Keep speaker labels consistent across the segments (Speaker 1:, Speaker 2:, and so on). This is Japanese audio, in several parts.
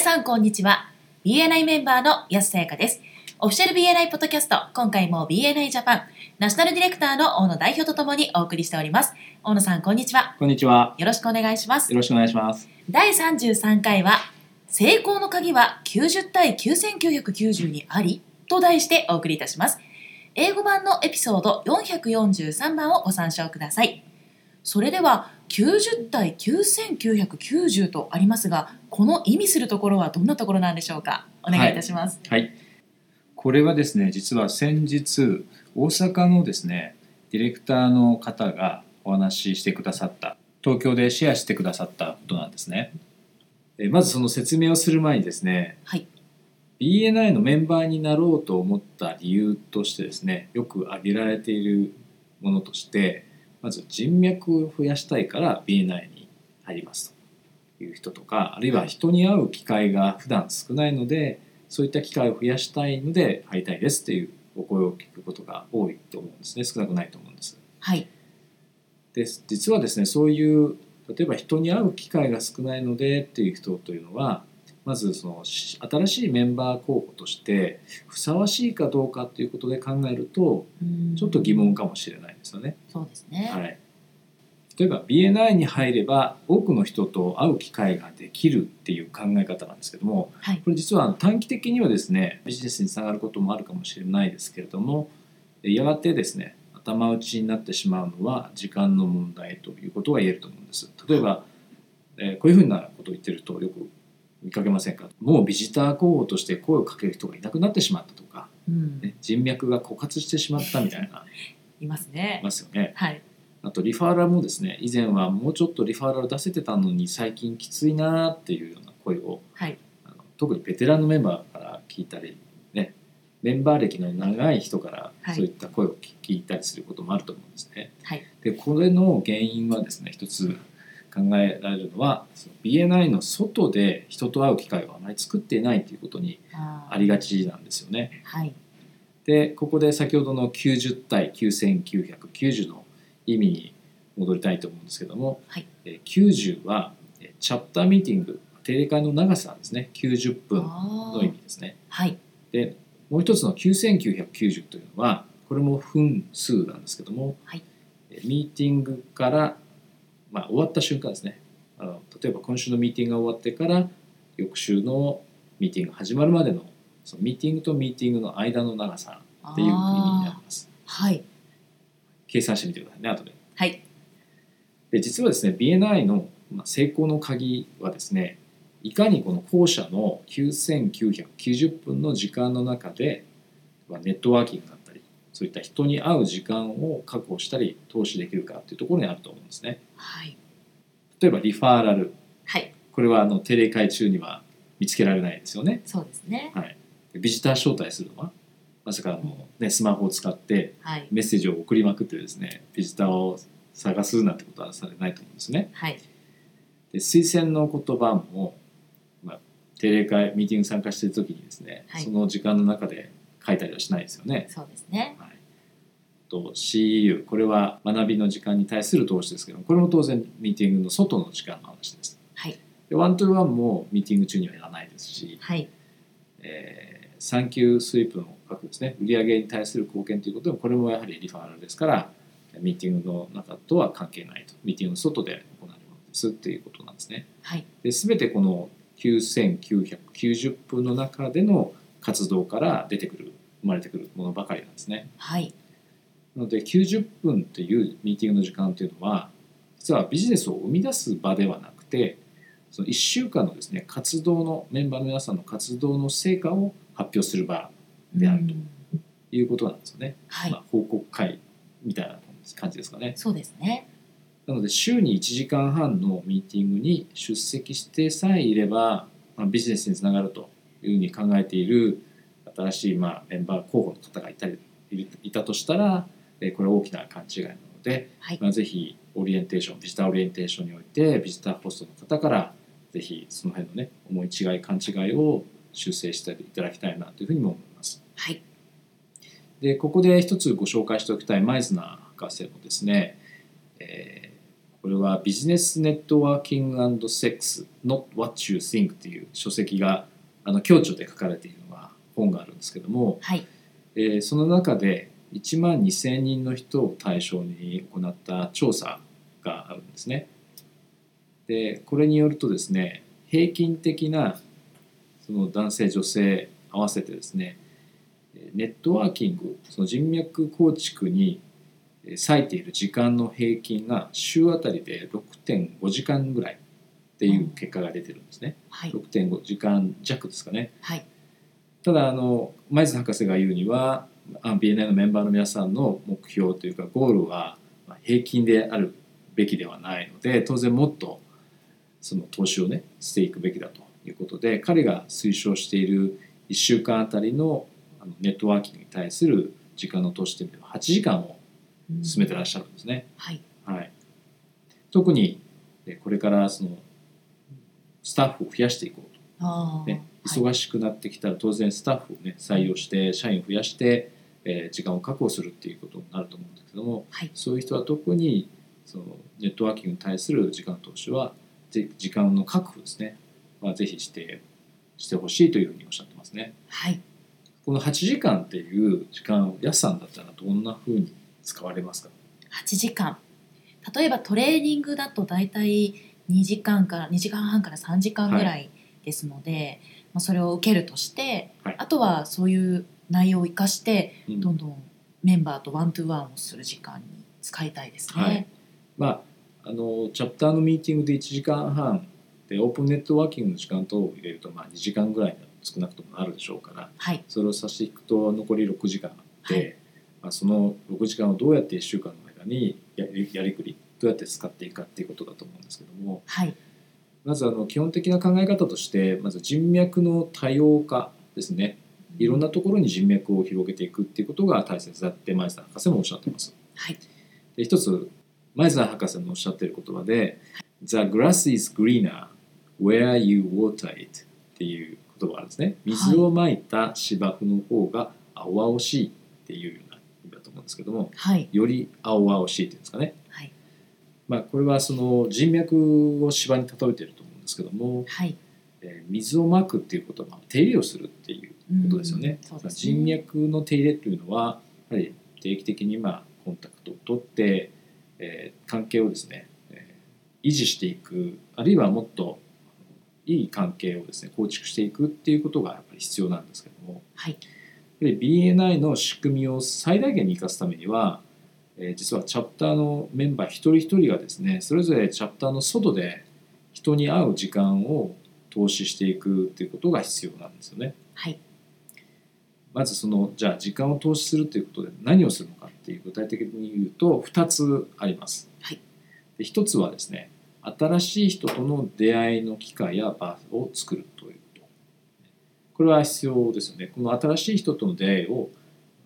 Speaker 1: さんこんにちは BNI メンバーの安さやかですオフィシャル BNI ポッドキャスト今回も BNI ジャパンナショナルディレクターの大野代表とともにお送りしております大野さんこんにちは
Speaker 2: こんにちは。
Speaker 1: よろしくお願いします
Speaker 2: よろしくお願いします。
Speaker 1: 第33回は「成功の鍵は90対9990にあり」と題してお送りいたします英語版のエピソード443番をご参照くださいそれでは90対9990とありますがこの意味するところはどんなところなんでしょうかお願いいたします、
Speaker 2: はい。これはですね、実は先日大阪のですね、ディレクターの方がお話ししてくださった、東京でシェアしてくださったことなんですね。えーまずその説明をする前にですね、
Speaker 1: はい、
Speaker 2: BNI のメンバーになろうと思った理由としてですね、よく挙げられているものとして、まず人脈を増やしたいから BNI に入りますという人とか、あるいは人に会う機会が普段少ないので、そういった機会を増やしたいので入りたいですっていうお声を聞くことが多いと思うんですね少なくないと思うんです。
Speaker 1: はい
Speaker 2: で実はですねそういう例えば人に会う機会が少ないのでっていう人というのはまずそのし新しいメンバー候補としてふさわしいかどうかということで考えると
Speaker 1: うん
Speaker 2: ちょっと疑問かもしれないですよね。
Speaker 1: そうですね、
Speaker 2: はい、例えば BNI に入れば多くの人と会う機会ができるっていう考え方なんですけども、
Speaker 1: はい
Speaker 2: これ実は短期的にはですねビジネスにつながることもあるかもしれないですけれどもやがてですね頭打ちになってしまうのは時間の問題ということが言えると思うんです。例えば、えーこういうふうなことを言ってるとよく見かけませんかもうビジター候補として声をかける人がいなくなってしまったとか、
Speaker 1: うん
Speaker 2: ね、人脈が枯渇してしまったみたいな
Speaker 1: いますね
Speaker 2: いますよね。
Speaker 1: はい
Speaker 2: あとリファーラルもですね以前はもうちょっとリファーラル出せてたのに最近きついなっていうような声を
Speaker 1: はい
Speaker 2: あの特にベテランのメンバーから聞いたり、ね、メンバー歴の長い人から
Speaker 1: はい
Speaker 2: そういった声を聞聞いたりすることもあると思うんですね。
Speaker 1: はい
Speaker 2: でこれの原因はですね一つ考えられるのはその BNI の外で人と会う機会をあまり作っていないということに
Speaker 1: あー
Speaker 2: ありがちなんですよね。
Speaker 1: はい
Speaker 2: でここで先ほどの90対9990の意味に戻りたいと思うんですけども、
Speaker 1: はい
Speaker 2: えー90はえーチャプターミーティング定例会の長さなんですね90分
Speaker 1: あ
Speaker 2: の意
Speaker 1: ー
Speaker 2: 味ですね
Speaker 1: はい
Speaker 2: でもう一つの9990というのはこれも分数なんですけども、
Speaker 1: はい
Speaker 2: えーミーティングから、まあ、終わった瞬間ですねあの例えば今週のミーティングが終わってから翌週のミーティングが始まるまでのそのミーティングとミーティングの間の長さっていう意味になり
Speaker 1: あー
Speaker 2: ます。
Speaker 1: はい
Speaker 2: 計算してみてくださいね、後で。
Speaker 1: はい
Speaker 2: で、実はですね、BNI のまあ成功の鍵はですね、いかにこの後者の9990分の時間の中で、まあネットワーキングだったり、そういった人に会う時間を確保したり、投資できるかっていうところにあると思うんですね。
Speaker 1: はい
Speaker 2: 例えば、リファーラル。
Speaker 1: はい
Speaker 2: これはあの定例会中には見つけられないですよね。
Speaker 1: そうですね
Speaker 2: はい。でビジター招待するのは、まさかあの、ね、スマホを使って
Speaker 1: はい
Speaker 2: メッセージを送りまくってですねビジターを探すなんてことはされないと思うんですね。
Speaker 1: はい
Speaker 2: で推薦の言葉も、まあ、定例会ミーティング参加してる時にですね、
Speaker 1: はい
Speaker 2: その時間の中で書いたりはしないですよね。
Speaker 1: そうですね
Speaker 2: はい、と CEU これは学びの時間に対する投資ですけどもこれも当然ミーティングの外の時間の話です。
Speaker 1: はい
Speaker 2: でワントゥーワンもミーティング中にはやらないですし、
Speaker 1: はい
Speaker 2: えー、産休スイープの額ですね売上に対する貢献ということでもこれもやはりリファーラルですからミーティングの中とは関係ないとミーティングの外で行われるものですっていうことなんですね
Speaker 1: はい
Speaker 2: で全てこの9990分の中での活動から出てくる生まれてくるものばかりなんですね
Speaker 1: はい
Speaker 2: なので90分というミーティングの時間というのは実はビジネスを生み出す場ではなくてその1週間のですね活動のメンバーの皆さんの活動の成果を発表する場であると
Speaker 1: うん
Speaker 2: いうことなんですよね、
Speaker 1: はい
Speaker 2: まあ、報告会みたいな感じですかね
Speaker 1: そうですね
Speaker 2: なので週に1時間半のミーティングに出席してさえいれば、まあ、ビジネスにつながるというふうに考えている新しい、まあ、メンバー候補の方がいたりいるいたとしたらえーこれは大きな勘違いなので、
Speaker 1: はい
Speaker 2: まあ、ぜひオリエンテーションビジターオリエンテーションにおいてビジターホストの方からぜひその辺のね思い違い勘違いを修正していただきたいなというふうにも思います。
Speaker 1: はい
Speaker 2: でここで一つご紹介しておきたいマイズナー博士のですね、えーこれはビジネスネットワーキングセックス Not What You Think っていう書籍があの共著で書かれているのが本があるんですけども、
Speaker 1: はい
Speaker 2: えーその中で1万2,000人の人を対象に行った調査があるんですね。でこれによるとですね平均的なその男性女性合わせてですねえーネットワーキングその人脈構築にえー割いている時間の平均が週あたりで6.5時間ぐらいっていう結果が出てるんですね。
Speaker 1: はい
Speaker 2: 6.5時間弱ですかね。
Speaker 1: はい
Speaker 2: ただあの前津博士が言うにはあ BNI のメンバーの皆さんの目標というかゴールはまあ平均であるべきではないので当然もっとその投資をねしていくべきだということで彼が推奨している1週間あたりのあのネットワーキングに対する時間の投資というのは8時間を
Speaker 1: うん
Speaker 2: 進めてらっしゃるんですね。
Speaker 1: はい
Speaker 2: はい、特にえこれからそのスタッフを増やしていこうと。
Speaker 1: あー
Speaker 2: ね、
Speaker 1: はい
Speaker 2: 忙しくなってきたら当然スタッフを、ね、採用して社員を増やして、えー時間を確保するっていうことになると思うんですけども
Speaker 1: はい
Speaker 2: そういう人は特にそのネットワーキングに対する時間投資はぜ時間の確保ですねはぜひしてしてほしいというふうにおっしゃってますね。
Speaker 1: はい
Speaker 2: この8時間っていう時間を安さんだったらどんなふうに使われますか
Speaker 1: 8時間例えばトレーニングだと大体2時間から2時間半から3時間ぐらいですので、まあ、それを受けるとして、
Speaker 2: はい
Speaker 1: あとはそういう内容を生かして
Speaker 2: うん
Speaker 1: どんどんメンバーとワントゥーワンをする時間に使いたいですね。
Speaker 2: はいまあ、あのチャプターのミーティングで1時間半でオープンネットワーキングの時間等を入れると、まあ、2時間ぐらい少なくともなるでしょうから
Speaker 1: はい
Speaker 2: それを差し引くと残り6時間あって、
Speaker 1: はい
Speaker 2: まあ、その6時間をどうやって1週間の間にやりやりくりどうやって使っていくかっていうことだと思うんですけども
Speaker 1: はい
Speaker 2: まずあの基本的な考え方としてまず人脈の多様化ですねいろんなところに人脈を広げていくっていうことが大切だって前さん博士もおっしゃってます。
Speaker 1: はい
Speaker 2: で一つ前澤博士のおっしゃってる言葉で「The grass is greener where you water it」っていう言葉があるんですね水をまいた芝生の方が青々しいっていうような意味だと思うんですけども
Speaker 1: はい
Speaker 2: より青々しいっていうんですかね、
Speaker 1: はい
Speaker 2: まあ、これはその人脈を芝に例えてると思うんですけども、
Speaker 1: はい
Speaker 2: えー水をまくっていうことは手入れをするっていう
Speaker 1: うん
Speaker 2: ことですよね。
Speaker 1: そうですね
Speaker 2: 人脈の手入れというのはやはり定期的にまあコンタクトを取って、えー関係をですね、えー維持していくあるいはもっといい関係をですね構築していくっていうことがやっぱり必要なんですけども
Speaker 1: はい
Speaker 2: やはり BNI の仕組みを最大限に生かすためには、えー実はチャプターのメンバー一人一人がですねそれぞれチャプターの外で人に会う時間を投資していくっていうことが必要なんですよね。
Speaker 1: はい
Speaker 2: まずそのじゃあ時間を投資するということで何をするのかっていう具体的に言うと2つあります。
Speaker 1: はい
Speaker 2: で1つはですね新しい人との出会いの機会や場を作るということこれは必要ですよねこの新しい人との出会いを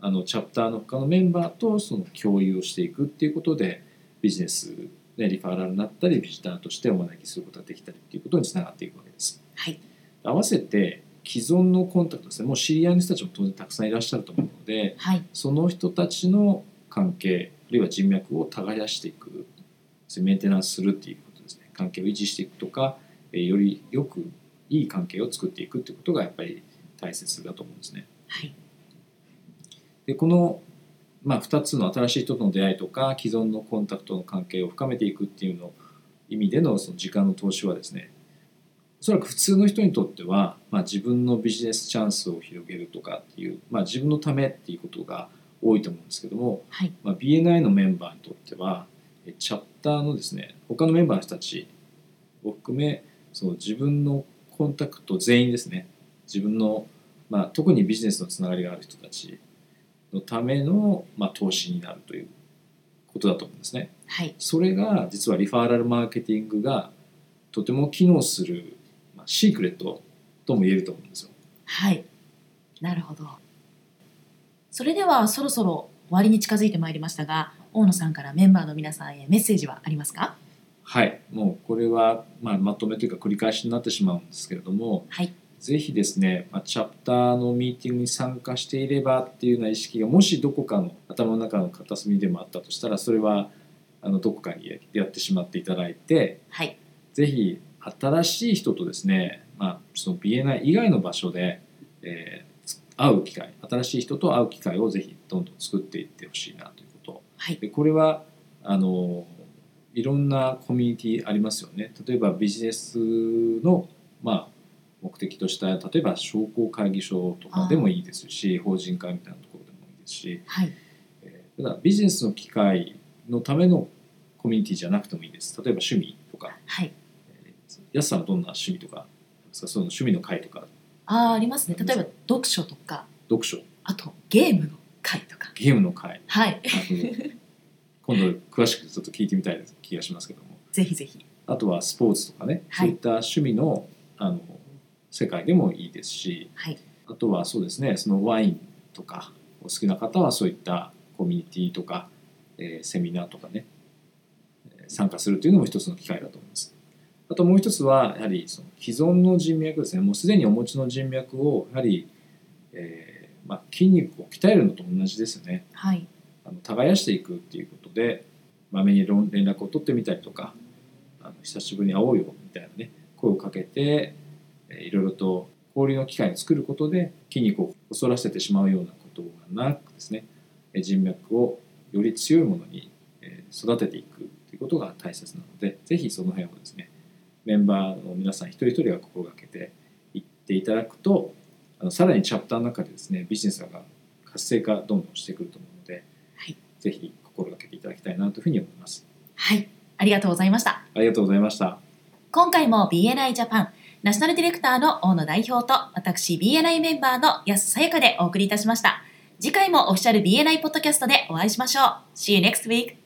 Speaker 2: あのチャプターの他のメンバーとその共有をしていくっていうことでビジネス、ね、リファーラルになったりビジターとしてお招きすることができたりっていうことにつながっていくわけです。
Speaker 1: はい
Speaker 2: 合わせて既存のコンタクトですねもう知り合いの人たちも当然たくさんいらっしゃると思うので
Speaker 1: はい
Speaker 2: その人たちの関係あるいは人脈を耕していくメンテナンスするっていうことですね関係を維持していくとかえーよりよくいい関係を作っていくってことがやっぱり大切だと思うんですね。
Speaker 1: はい
Speaker 2: でこの、まあ、2つの新しい人との出会いとか既存のコンタクトの関係を深めていくっていうの意味でのその時間の投資はですねおそらく普通の人にとっては、まあ、自分のビジネスチャンスを広げるとかっていう、まあ、自分のためっていうことが多いと思うんですけども、
Speaker 1: はい
Speaker 2: まあ、BNI のメンバーにとってはえチャプターのですね他のメンバーの人たちを含めその自分のコンタクト全員ですね自分の、まあ、特にビジネスのつながりがある人たちのための、まあ、投資になるということだと思うんですね。
Speaker 1: はい
Speaker 2: それが実はリファーラルマーケティングがとても機能する、まあ、シークレットとも言えると思うんですよ。
Speaker 1: はいなるほどそれではそろそろ終わりに近づいてまいりましたが大野さんからメンバーの皆さんへメッセージはありますか
Speaker 2: はい、もうこれは、まあ、まとめというか繰り返しになってしまうんですけれども、
Speaker 1: はい
Speaker 2: ぜひですね、まあ、チャプターのミーティングに参加していればっていうような意識がもしどこかの頭の中の片隅でもあったとしたらそれはあのどこかにやってしまっていただいて
Speaker 1: はい
Speaker 2: ぜひ新しい人とですね、まあ、その BNI 以外の場所で、えー会う機会新しい人と会う機会をぜひどんどん作っていってほしいなということ
Speaker 1: はい
Speaker 2: でこれはあのいろんなコミュニティありますよね例えばビジネスの、まあ、目的とした例えば商工会議所とかでもいいですし法人会みたいなところでもいいですし
Speaker 1: はい
Speaker 2: えーただビジネスの機会のためのコミュニティじゃなくてもいいです例えば趣味とか
Speaker 1: はい
Speaker 2: えーやすさんはどんな趣味とかありますかその趣味の会とか
Speaker 1: あーありますね例えば読書とか
Speaker 2: 読書
Speaker 1: あとゲームの会とか
Speaker 2: ゲームの会
Speaker 1: はい
Speaker 2: あの今度詳しくちょっと聞いてみたい気がしますけども
Speaker 1: ぜひぜひ
Speaker 2: あとはスポーツとかね、
Speaker 1: はい
Speaker 2: そういった趣味のあの世界でもいいですし
Speaker 1: はい
Speaker 2: あとはそうですねそのワインとかお好きな方はそういったコミュニティとか、えーセミナーとかねえー参加するというのも一つの機会だと思います。あともう一つはやはりその既存の人脈ですねもうすでにお持ちの人脈をやはり、えーまあ、筋肉を鍛えるのと同じですよね
Speaker 1: はい
Speaker 2: あの耕していくっていうことでまめに連連絡を取ってみたりとかあの久しぶりに会おうよみたいなね声をかけてえーいろいろと交流の機会を作ることで筋肉を恐らせてしまうようなことがなくですねえー人脈をより強いものにえー育てていくということが大切なのでぜひその辺をですねメンバーの皆さん一人一人が心がけていっていただくとあのさらにチャプターの中でですねビジネスが活性化どんどんしてくると思うのでぜひ心がけていただきたいなというふうに思います。
Speaker 1: はいありがとうございました
Speaker 2: ありがとうございました。
Speaker 1: 今回も BNI ジャパンナショナルディレクターの大野代表と私 BNI メンバーの安さやかでお送りいたしました次回もオフィシャル BNI ポッドキャストでお会いしましょう See you next week!